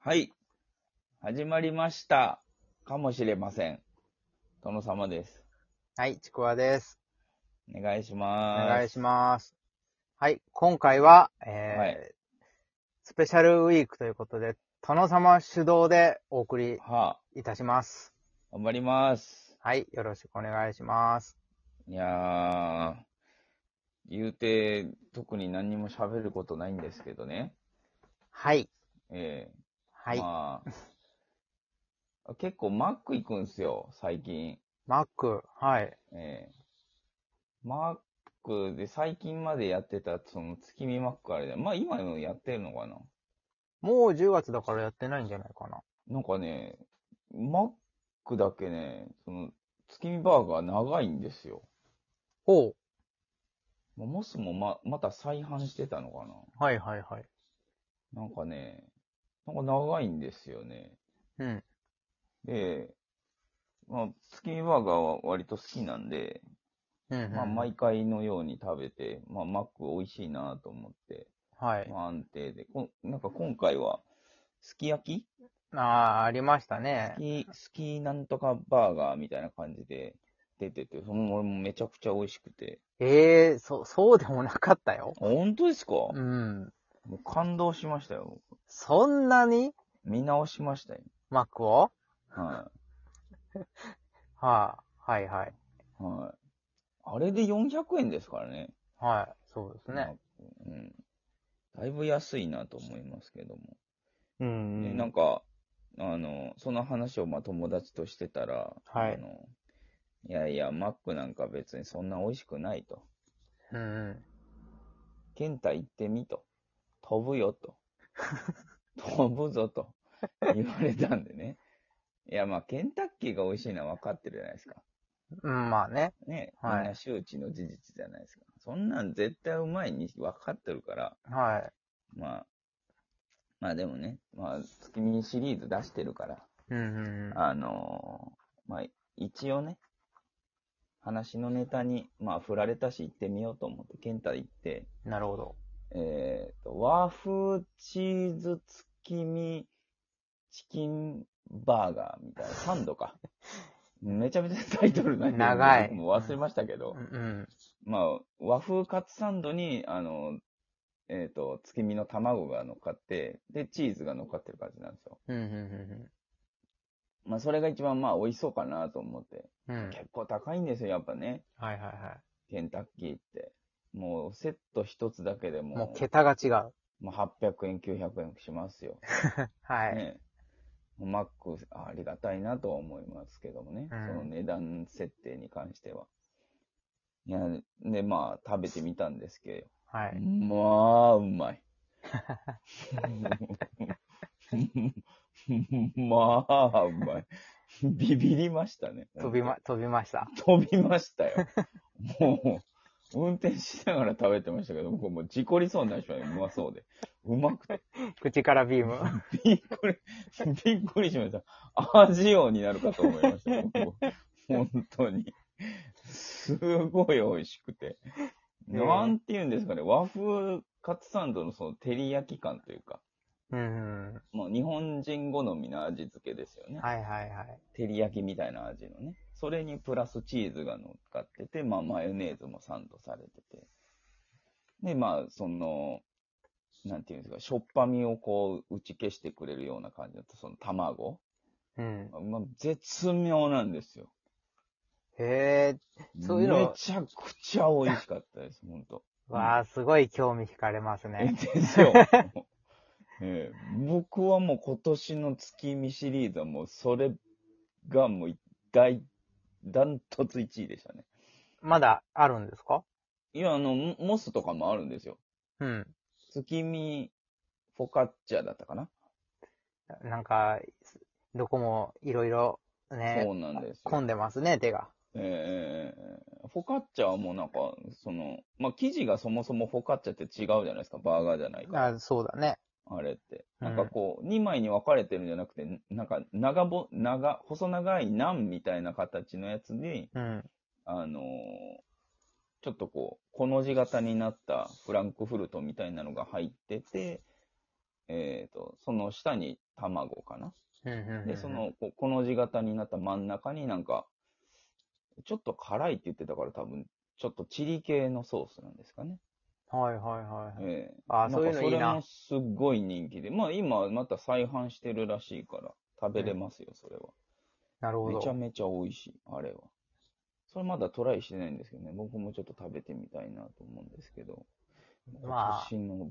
はい。始まりました。かもしれません。殿様です。はい、ちくわです。お願いしおます。願いします。はい、今回は、えーはスペシャルウィークということで、殿様主導でお送りはいたします。あ、頑張ります。はい、よろしくお願いします。いやー、言うて、特に何にも喋ることないんですけどね。はい、ええはい、まあ、結構マック行くんすよ、最近。マック、はい、ええマックで最近までやってた、その月見マックあれだよ。まあ今もやってるのかなもう10月だからやってないんじゃないかな。なんかね、マックだけね、その、月見バーガー長いんですよ。ほう、まあモスもま、また再販してたのかはいはいはい。ななんかね、なんか長いんですよね。うん、で、まあ、月見バーガーは割と好きなんで、うん、うん。まあ、毎回のように食べて、まあ、マック美味しいなと思って、はい。まあ、安定で。こんなんか今回は、すき焼きああー、ありましたねす。き、すきなんとかバーガーみたいな感じで出てて、その俺もめちゃくちゃ美味しくて。ええー、そ、そうでもなかったよ。本当ですか、うん。もう感動しましたよ。そんなに見直しましたよ。マックをははあ、はいはい。い。はい。あれで400円ですからね。はい、そうですね。うん。だいぶ安いなと思いますけども。でうんなんか、あの、その話をまあ友達としてたら、はいあの、いやいや、マックなんか別にそんな美味しくないと。うんうん。ケンタ行ってみと。飛ぶよ と。飛ぶぞと。言われたんでね。いや、まあ、ケンタッキーが美味しいのは分かってるじゃないですか。うん、まあね。ね、みはいんな周知の事実じゃないですか。そんなん絶対うまいに分かってるから、はまあ、まあでもね、まあ、月見シリーズ出してるから、い。うんうんうん。あのーまあ、一応ね、話のネタに、まあ、振られたし行ってみようと思って、ケンタ行って、なるほど。えー、と、和風チーズ月見チキンバーガーみたいな、サンド か。めちゃめちゃタイトルなんで長いもう忘れましたけど、うんうん。まあ、和風カツサンドに、あの、えっ、と、月見の卵が乗っかって、で、チーズが乗っかってる感じなんですよ。うんうまあ、それが一番まあ、美味しそうかなと思って。んうんうん。うん。結構高いんですよ、やっぱね。はいはいはケンタッキーって。もう、セット一つだけでい。ももう、桁が違う。もう800円、900円しますよ。はい。ね。マック、ありがたいなとは思いますけどもね。うんその値段設定に関しては。いや、で、まあ、食べてみたんですけど。はい。まあ、うまい。まあ、うまい。ビビりましたね。飛びま、飛びました。飛びましたよ。もう、運転しながら食べてましたけど、僕もう事故りそうになりましたね。うまそうで。うまくて。口からビーム。びっ くり、びっくりしました。味王になるかと思いました。僕も本当に。すごい美味しくて。ええなんて言うんですかね、和風カツサンドのその照り焼き感というか、うんうもう日本人好みの味付けですよねん。。はいはいはい。照り焼きみたいな味のね。それにプラスチーズが乗っかってて、まあマヨネーズもサンドされてて。で、まあ、その、なんていうんですか、しょっぱみをこう打ち消してくれるような感じの、その卵。うん。まあ、絶妙なんですよ。へえ、そういうのめちゃくちゃ美味しかったです、ほんと。わあ、すごい興味惹かれますね。です よ。ええ僕はもう今年の月見シリーズはもうそれがもう大、ダントツ1位でしたね。まだあるんですかいや、あの、モモスとかもあるんですよ。うん。月見フォカッチャだったかな、なんか、どこもいろいろねそ、うなんですよ。混んでますね、手が。ええフォカッチャはもうなんか、その、まあ、生地がそもそもフォカッチャって違うじゃないですか。バーガーじゃないから。あそうだね。あれって。うんなんかこう、2枚に分かれてるんじゃなくて、なんか長ぼ、長、細長いナンみたいな形のやつに、うん。あのーちょっとこう、この字型になったフランクフルトみたいなのが入ってて、えっ、と、その下に卵かな。うんうんうんで、そ、の、ここの字型になった真ん中になんか、ちょっと辛いって言ってたから多分、ちょっとチリ系のソースなんですかね。はいはいはいはい。ええああ、なそんういかうのそいいれなも。すっごい人気で。まあ今また再販してるらしいから、食べれますよ、それは。なるほめちゃど。めちゃ美味しい、あれは。それまだトライしてないんですけどね、僕もちょっと食べてみたいなと思うんですけど、まあ今年の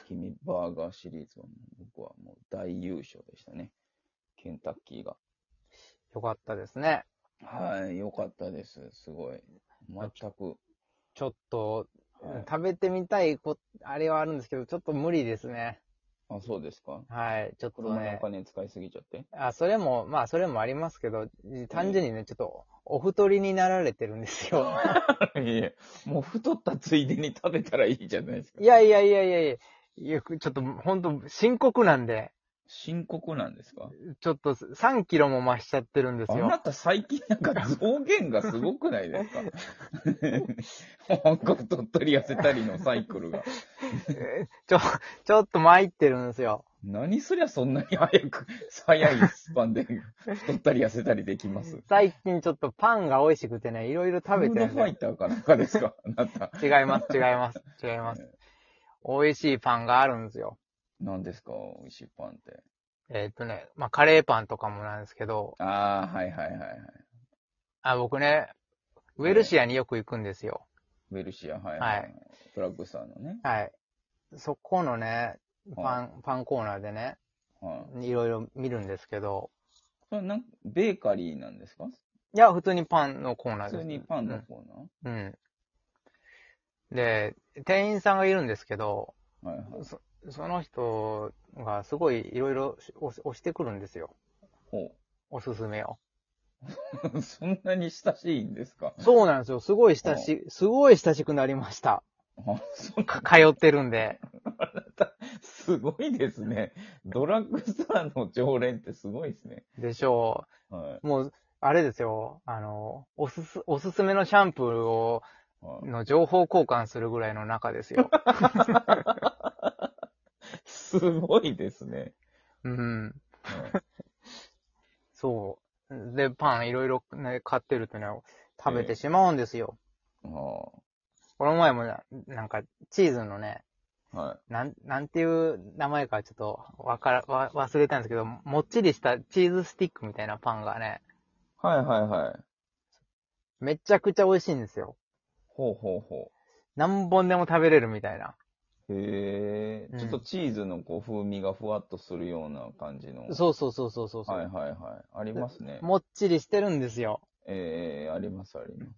月見バーガーシリーズはもう僕はもう大優勝でしたね。ケンタッキーが。よかったですね。はい、良かったです。すごい。全く。ちょっと、はい食べてみたいこ、あれはあるんですけど、ちょっと無理ですね。あ、そうですかはい。ちょっと車のおね。金使いすぎちゃって。あ、それも、まあ、それもありますけど、単純にね、ちょっと、お太りになられてるんですよ。 いえ、もう太ったついでに食べたらいいじゃないですか。いやいやいやいやいや。よくちょっと、本当深刻なんで、深刻なんですかちょっと3キロも増しちゃってるんですあよな。た最近なんか増減がすごくないですか 本格とったり痩せたりのサイクルが。ちょ、 ちょっと参ってるんですよ。何すりゃそんなに早く、早いスパンで太ったり痩せたりできます最近ちょっとパンが美味しくてね、いろいろ食べフードてるんファでイターかなんかですかあなた。違います、違います、違います。美味しいパンがあるんですよ。何ですか美味しいパンって。えっ、とね、まあ、カレーパンとかもなんですけど、ああ、はいはいはいはい。あ、僕ね、ウェルシアによく行くんですよ。ウェルシア、はいはい、はいドラッグストアのね。はい。そこのね、パン、パンコーナーでね、はい。いろいろ見るんですけど、それなんベーカリーなんですかいや、普通にパンのコーナー普で通す。にパンのコーナー、うん。うん。で、店員さんがいるんですけど、はいはい。そその人がすごいいろいろし押し押してくるんですよ。ほおすすめを。う。 そんなに親しいんですかそうなんですよ。すごい親し、すごい親しくなりました。あ、そんなか通ってるんで。すごいですね。ドラッグストアの常連ってすごいですね。でしょはう。もう、あれですよ。あの、おすす、おすすめのシャンプーを、い。はい、の情報交換するぐらいの中ですよ。すごいですね。うん。はいそう。で、パンいろいろね、買ってるとね、食べてしまうんですよ。はこの前もな、なんか、チーズのね、あはい。なん、なんていう名前かちょっとわから、わ、忘れたんですけど、もっちりしたチーズスティックみたいなパンがね、はいはいはい。めちゃくちゃ美味しいんですよ。ほうほうほ何本でも食べれるみたいな。う。へうえ。んちょっとチーズのこう風味がふわっとするような感じの。そうそうそうそうそうそう、はいはいはい。ありますね。もっちりしてるんですよ。ええありますあります。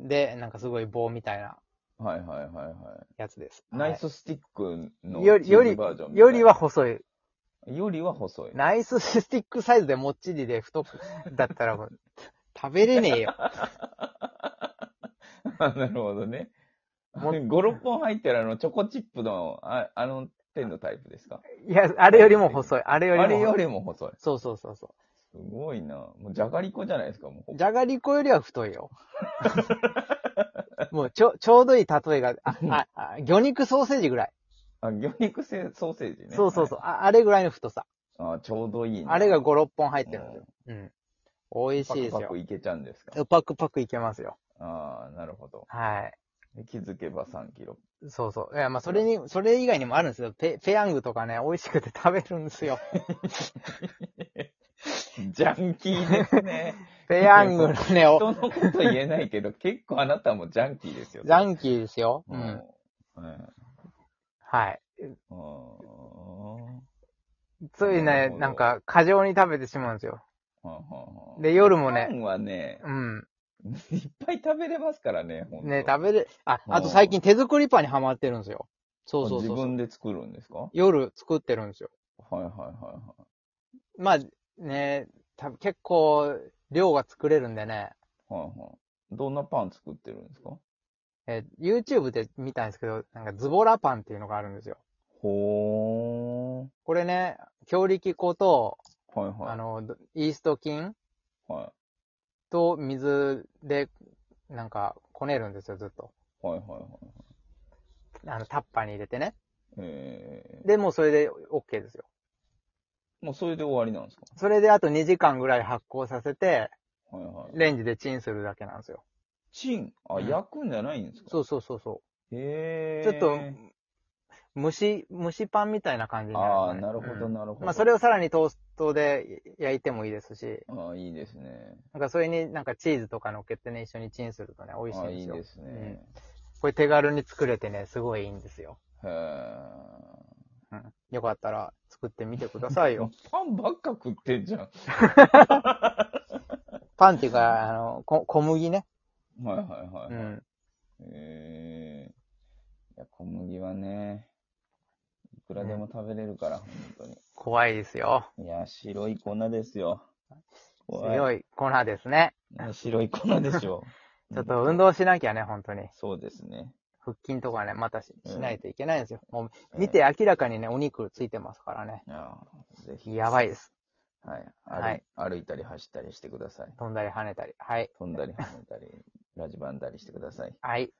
で、なんかすごい棒みたいなはいはいはいはやつです。い。ナイススティックのよりチーズバージョンはみたいいよなりは、細い。よりは細い。ナイススティックサイズでもっちりで太く、だったらも う、食べれねえよ。あ なるほどね。も5、6本入ってるあの、チョコチップの、ああの手のタイプですかいや、あれよりも細い。あれよりもあ細い。れよりも細い。そうそうそうそすごいな。もう、じゃがりこじゃないですか、もうう。。じゃがりこよりは太 いよ。もうちょ、ちょうどいい例えが、 あ、あ、あ魚肉ソーセージぐらい。あ、魚肉製ソーセージね。そうそうそう。ああれぐらいの太さ。はい。あ、ちょうどいいな。あれが5、 5、 6本入ってるんですよ。うん。美味しいですパクパよク。いけちゃうんですか。パクパクいけますよ。ああ、なるほど。はで気づけば3キロ。い。そうそう。いや、まあ、それに、それ以外にもあるんですよ。ペ、ペヤングとかね、美味しくて食べるん ですよ。ジャンキーです ね。ペヤン グのね、お人のこと言えないけど、結構あなたもジャンキーですよ。ジャンキーですよ。う。うんん。うんはい。あーついなるねほ、どなんか、過剰に食べてしまうんですよ。はんはんはんで、夜もパね、ンはね、うん。いっぱい食べれますからね、ほんとね、食べる、あ、うんあと最近手作りパンにハマってるんですよ。そうそうそう自そう。分で作るんですかはい夜作ってるんですよ。はいはいはまあ、ね、た結構、量が作れるんでね、い。はいはい。どんなパン作ってるんですかえー YouTube で見たんですけど、なんかズボラパンっていうのがあるんですよ。ほー。これね、強力粉と、はいはい。あの、どイースト菌はと水で、なんか、こねるんですよ、ずっと。いはいはいはい。あの、タッパーに入れてね。えで、もうそれで OK ですよ。ー、もうそれで終わりなんですかそれであと2時間ぐらい発酵させて、はいはい。レンジでチンするだけなんですよ。チン、あ、うん焼くんじゃないんですかそうそうそうそへう。え。ちょっと、蒸し、蒸しパンみたいな感じになる、ああ、なるほど、うんなるほど。まあ、それをさらにトーストで焼いてもいいですし、ああ、いいですね。なんかそれになんかチーズとか乗っけてね、一緒にチンするとね、美味しいあんあ、でいすいよ。ですね。これ手軽に作れてね、すごいいいんですよ。へうん。よかったら作ってみてくださいえ。よ。パンばっか食ってんじゃん。パンっていうか、あの、こ小麦ね。はいはいうはい。ん。へえ。いや、小麦はね、いくらでも食べれるから、本当に。怖いですよ。いや、白い粉ですよ。怖強い。い粉ですね。ね白い粉でしょ 。ちょっと運動しなきゃね、本当に。そうですね。腹筋とかね、またしうんしないといけないんですよ。もう、見て明らかにね、お肉ついてますからね。えー。ああ、ぜひ。やばいです。はい。はい歩い歩いたり走ったりしてください。飛んだり跳ねたり。はい。飛んだり跳ねたり、ラジバンだりしてください。はい。い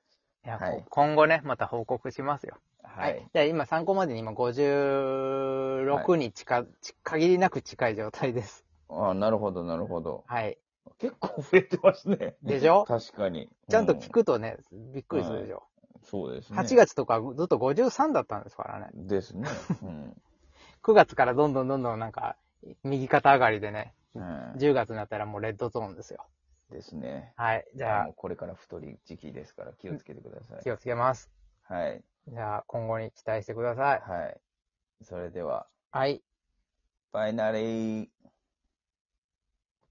や、こはい今後ね、また報告しますよ。ははいい。。じゃあ今参考までに今56に近、ち限りなく近い状態です。ああ、なるほど、なるほど。はい。結構増えてますね。でしょ確かに。ちゃんとう聞くとね、びっくりするでしょ。そうですね。 8月とかずっと53だったんですからね。です ね。うん。 9月からどんどんどんどんなんか、右肩上がりでね、うん10月になったらもうレッドゾーンですよ。ですね。はい。じゃもうこれから太り時期ですから気をつけてくださあ、い。気をつけます。はい。じゃあ、今後に期待してください。はい。それでは、はい。ファイナリー。